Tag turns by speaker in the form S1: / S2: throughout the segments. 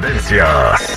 S1: Tendencias.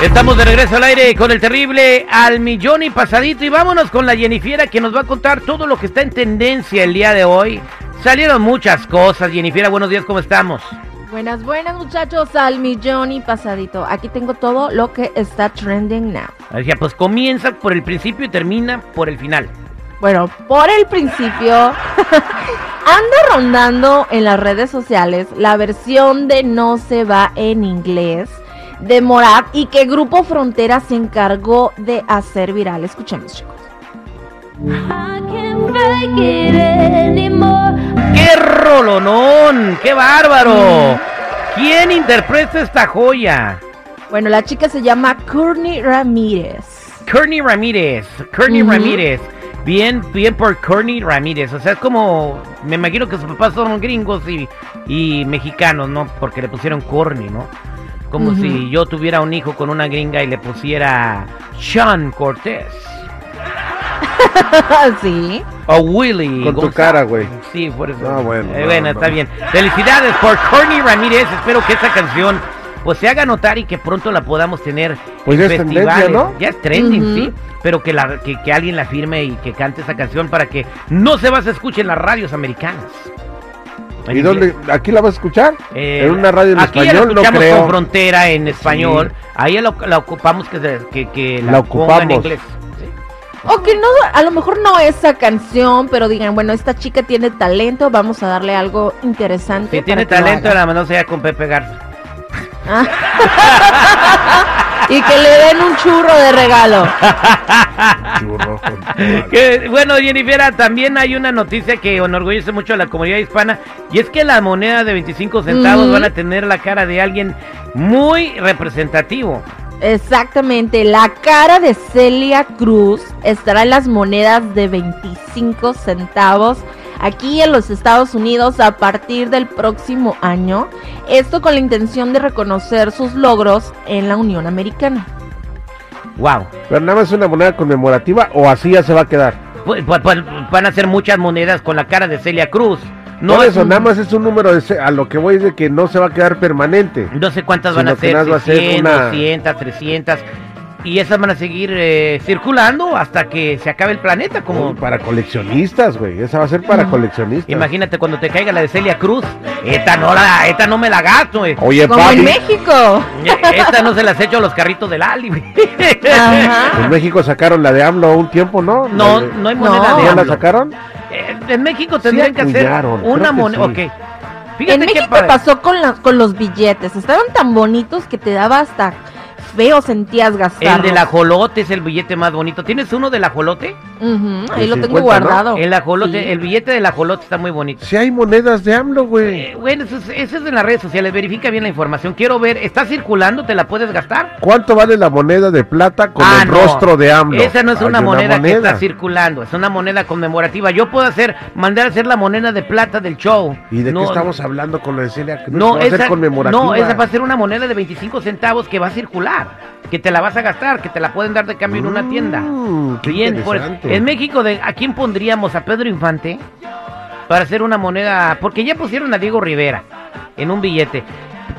S2: Estamos de regreso al aire con el terrible al millón y pasadito y vámonos con la Jennifiera que nos va a contar todo lo que está en tendencia el día de hoy. Salieron muchas cosas, Jennifiera, buenos días, ¿cómo estamos?
S3: Buenas, buenas muchachos, al millón y pasadito. Aquí tengo todo lo que está trending now.
S2: Decía, pues comienza por el principio y termina por el final.
S3: Bueno, por el principio, anda rondando en las redes sociales la versión de No se va en inglés de Morad y que Grupo Frontera se encargó de hacer viral. Escuchemos, chicos.
S2: ¡Qué rolonón! ¡Qué bárbaro! ¿Quién interpreta esta joya?
S3: Bueno, la chica se llama Courtney Ramírez.
S2: Kearney Ramírez. Kearney
S3: Ujú.
S2: Ramírez. Bien, bien por Kearney Ramírez. O sea, es como. Me imagino que sus papás son gringos y, y mexicanos, ¿no? Porque le pusieron Kearney, ¿no? Como
S3: Ujú.
S2: si yo tuviera un hijo con una gringa y le pusiera Sean Cortés.
S3: sí.
S2: O Willy.
S4: Con tu
S2: González.
S4: cara, güey.
S2: Sí, por eso.
S4: Ah, bueno,
S2: Eh,
S4: no,
S2: bueno,
S4: no.
S2: está bien. Felicidades por Corny Ramírez. Espero que esta canción pues se haga notar y que pronto la podamos tener
S4: Pues
S2: en
S4: ya es tendencia,
S2: festivales.
S4: ¿no?
S2: Ya es trending,
S3: Ujú.
S2: sí. Pero que, la, que, que alguien la firme y que cante esa canción para que no se vas a escuchar en las radios americanas.
S4: ¿Y dónde? ¿Aquí la vas a escuchar?
S2: Eh,
S4: en una radio en
S2: aquí ya
S4: español,
S2: la
S4: no
S2: escuchamos
S4: creo.
S2: con frontera en español. Ahí la, la ocupamos que, se- que, que la,
S4: La
S2: pongan en
S4: ocupamos.
S2: inglés. Sí.
S3: O que no, a lo mejor no esa canción, pero digan, bueno, esta chica tiene talento, vamos a darle algo interesante.
S2: Si
S3: para
S2: tiene
S3: que lo
S2: talento,
S3: haga.
S2: la mano sea con Pepe Garza.
S3: Y que le den un churro de regalo.
S4: Churro, con-
S2: Que, bueno, Jennifer, ah, también hay una noticia que enorgullece mucho a la comunidad hispana y es que la moneda de 25 centavos
S3: Ujú.
S2: van a tener la cara de alguien muy representativo.
S3: Exactamente, la cara de Celia Cruz estará en las monedas de 25 centavos aquí en los Estados Unidos a partir del próximo año. Esto con la intención de reconocer sus logros en la Unión Americana.
S2: Wow.
S4: Pero nada más es una moneda conmemorativa o así ya se va a quedar.
S2: Pu- pu- pu- Van a ser muchas monedas con la cara de Celia Cruz.
S4: No
S2: No,
S4: Por
S2: es-
S4: eso, nada más es un número de... ce- A lo que voy es de que no se va a quedar permanente.
S2: no sé cuántas van
S4: Sino
S2: a
S4: que
S2: ser,
S4: nada, va a ser
S2: 600,
S4: una-
S2: 200, 300. Y esas van a seguir eh, circulando hasta que se acabe el planeta. Como
S4: Uy, Para coleccionistas, güey. Esa va a ser para coleccionistas.
S2: imagínate cuando te caiga la de Celia Cruz. Esta no la, esta no me la gasto. eh.
S4: Oye,
S3: Como en
S4: papi,
S3: México.
S2: Esta no se las hecho a los carritos del Ali. güey.
S3: Ajá.
S4: en México sacaron la de AMLO un tiempo, ¿no?
S2: No,
S4: La de-
S2: no hay moneda
S3: No.
S2: de
S4: ¿Ya la
S2: AMLO.
S4: sacaron?
S2: Eh, en México tendrían que hacer
S4: acuñaron,
S2: una
S4: creo que
S2: moneda.
S4: sí.
S2: Ok. Fíjate
S3: En
S2: qué
S3: México
S2: padre.
S3: pasó con, la- con los billetes, estaban tan bonitos que te daba hasta feo, sentías gastar.
S2: El del ajolote es el billete más bonito. ¿Tienes uno del ajolote?
S3: Ahí
S4: El
S3: lo tengo
S4: 50, ¿no?
S3: guardado.
S2: El ajolote,
S3: Sí.
S2: el billete del ajolote está muy bonito.
S4: Sí hay monedas de AMLO, güey.
S2: Eh, bueno, eso es, eso es en las redes sociales. Verifica bien la información. Quiero ver, ¿está circulando? ¿Te la puedes gastar?
S4: ¿Cuánto vale la moneda de plata con
S2: Ah,
S4: el
S2: no.
S4: rostro de AMLO?
S2: Esa no es
S4: Hay
S2: una moneda, que está circulando, es una moneda conmemorativa. Yo puedo hacer, mandar a hacer la moneda de plata del show.
S4: ¿Y de
S2: No,
S4: qué estamos hablando con lo de Celia? Cruz?
S2: No,
S4: va a
S2: esa,
S4: ser conmemorativa.
S2: no, esa va a ser una moneda de 25 centavos que va a circular, que te la vas a gastar, que te la pueden dar de cambio en una tienda.
S4: Mm, qué
S2: Bien, por-
S4: interesante.
S2: en México, de, ¿a quién pondríamos? ¿A Pedro Infante? Para hacer una moneda, porque ya pusieron a Diego Rivera en un billete.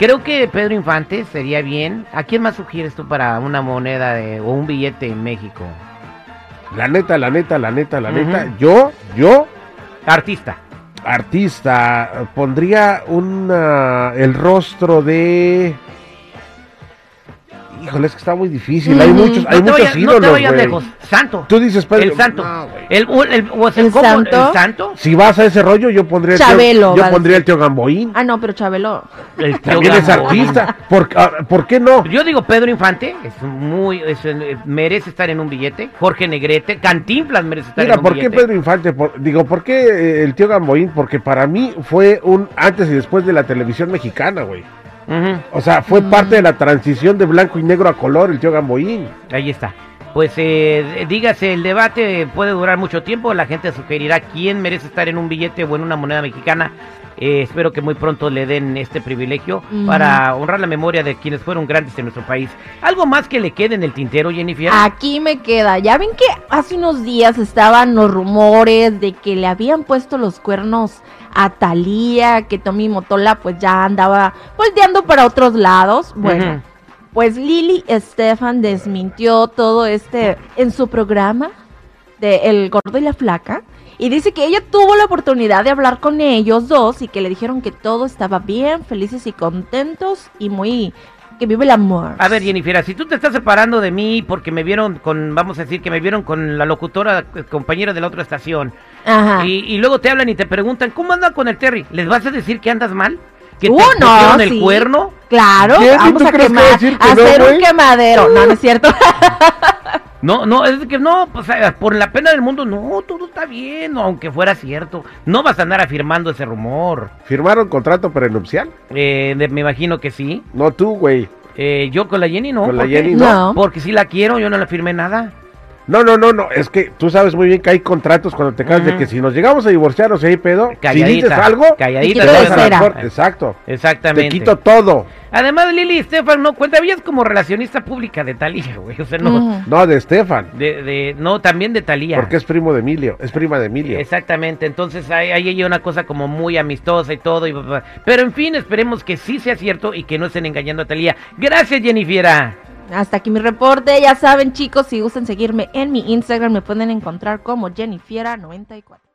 S2: Creo que Pedro Infante sería bien. ¿A quién más sugieres tú para una moneda de- o un billete en México?
S4: La neta, la neta, la neta, la
S2: Ujú.
S4: neta. Yo, yo,
S2: Artista.
S4: artista, eh, pondría una, el rostro de... Híjole, es que está muy difícil. Hay
S3: Ujú.
S4: muchos, hay
S2: Mm, no, te
S4: muchos
S2: vayas, no te
S4: ídolos,
S2: vayas
S4: güey.
S2: lejos. Santo.
S4: Tú dices Pedro.
S2: el santo.
S4: No, güey.
S2: el, o- el- o sea,
S3: ¿El
S2: ¿cómo?
S3: santo?
S2: ¿El santo?
S4: Si vas a ese rollo, yo pondría el
S3: Chabelo,
S4: tío,
S3: va a
S4: yo pondría el tío Gamboín.
S3: Ah, no, pero Chabelo.
S2: El tío
S4: También es
S2: Gamboín.
S4: artista. ¿Por, ah, ¿por qué no?
S2: Pues Yo digo Pedro Infante, es muy, es- eh, merece estar en un billete. Jorge Negrete, Cantinflas merece estar en
S4: Mira,
S2: un
S4: ¿por qué
S2: billete.
S4: Pedro Infante? Por- digo, ¿por qué eh, el tío Gamboín? Porque para mí fue un antes y después de la televisión mexicana, güey.
S2: Ujú,
S4: O sea, fue parte de la transición de blanco y negro a color el tío Gamboín.
S2: ahí está. pues eh, dígase, el debate puede durar mucho tiempo, la gente sugerirá quién merece estar en un billete o en una moneda mexicana. Eh, espero que muy pronto le den este privilegio
S3: Ujú.
S2: para honrar la memoria de quienes fueron grandes en nuestro país. ¿Algo más que le quede en el tintero, Jennifer?
S3: Aquí me queda. Ya ven que hace unos días estaban los rumores de que le habían puesto los cuernos a Talía, que Tommy Motola pues ya andaba volteando para otros lados. Bueno,
S2: Ujú.
S3: pues Lili Estefan desmintió todo este en su programa de El Gordo y la Flaca. Y dice que ella tuvo la oportunidad de hablar con ellos dos y que le dijeron que todo estaba bien, felices y contentos y muy... que vive el amor.
S2: A ver, Jennifer, si tú te estás separando de mí porque me vieron con, vamos a decir, que me vieron con la locutora eh, compañera de la otra estación,
S3: Ajá.
S2: y, y luego te hablan y te preguntan, ¿cómo anda con el Terry? ¿Les vas a decir que andas mal? ¿Que
S3: Uh,
S2: te
S3: no,
S2: pusieron el
S3: sí.
S2: cuerno?
S3: Claro,
S4: Jenny,
S3: vamos
S4: ¿tú
S3: a
S4: crees que
S3: quemar,
S4: decir que
S3: a
S4: no,
S3: hacer un
S4: güey?
S3: quemadero. No, no es cierto.
S2: No, no, es que no, pues eh, por la pena del mundo, no, todo está bien, aunque fuera cierto. No vas a andar afirmando ese rumor.
S4: ¿Firmaron contrato prenupcial?
S2: Eh, de- me imagino que sí.
S4: No tú, güey.
S2: Eh, yo con la Jenny no.
S4: Con la
S2: ¿por qué?
S4: Jenny
S3: No.
S4: no.
S2: Porque si la quiero, yo no le firmé nada.
S4: No, no, no, no. Es que tú sabes muy bien que hay contratos cuando te casas de
S2: Ujú.
S4: que si nos llegamos a divorciar o si hay pedo,
S2: Calladita.
S4: si dices algo,
S2: calladita.
S3: Te quito
S4: vas
S2: no
S3: la
S4: a
S2: hagas
S3: cera.
S2: nada.
S4: la cor- Exacto. Te
S2: Exactamente.
S4: quito todo.
S2: Además, Lili Estefan no cuenta, ella es como relacionista pública de Talía, güey. O sea, no.
S3: Mm.
S4: No, de Estefan.
S2: De, de- no, también de Talía.
S4: Porque es primo de Emilio. Es prima de Emilio.
S2: Exactamente, entonces ahí hay, hay una cosa como muy amistosa y todo. y bla, bla, bla. pero en fin, esperemos que sí sea cierto y que no estén engañando a Talía. Gracias, Jennifiera.
S3: Hasta aquí mi reporte. Ya saben, chicos, si gustan seguirme en mi Instagram, me pueden encontrar como Jennifiera94.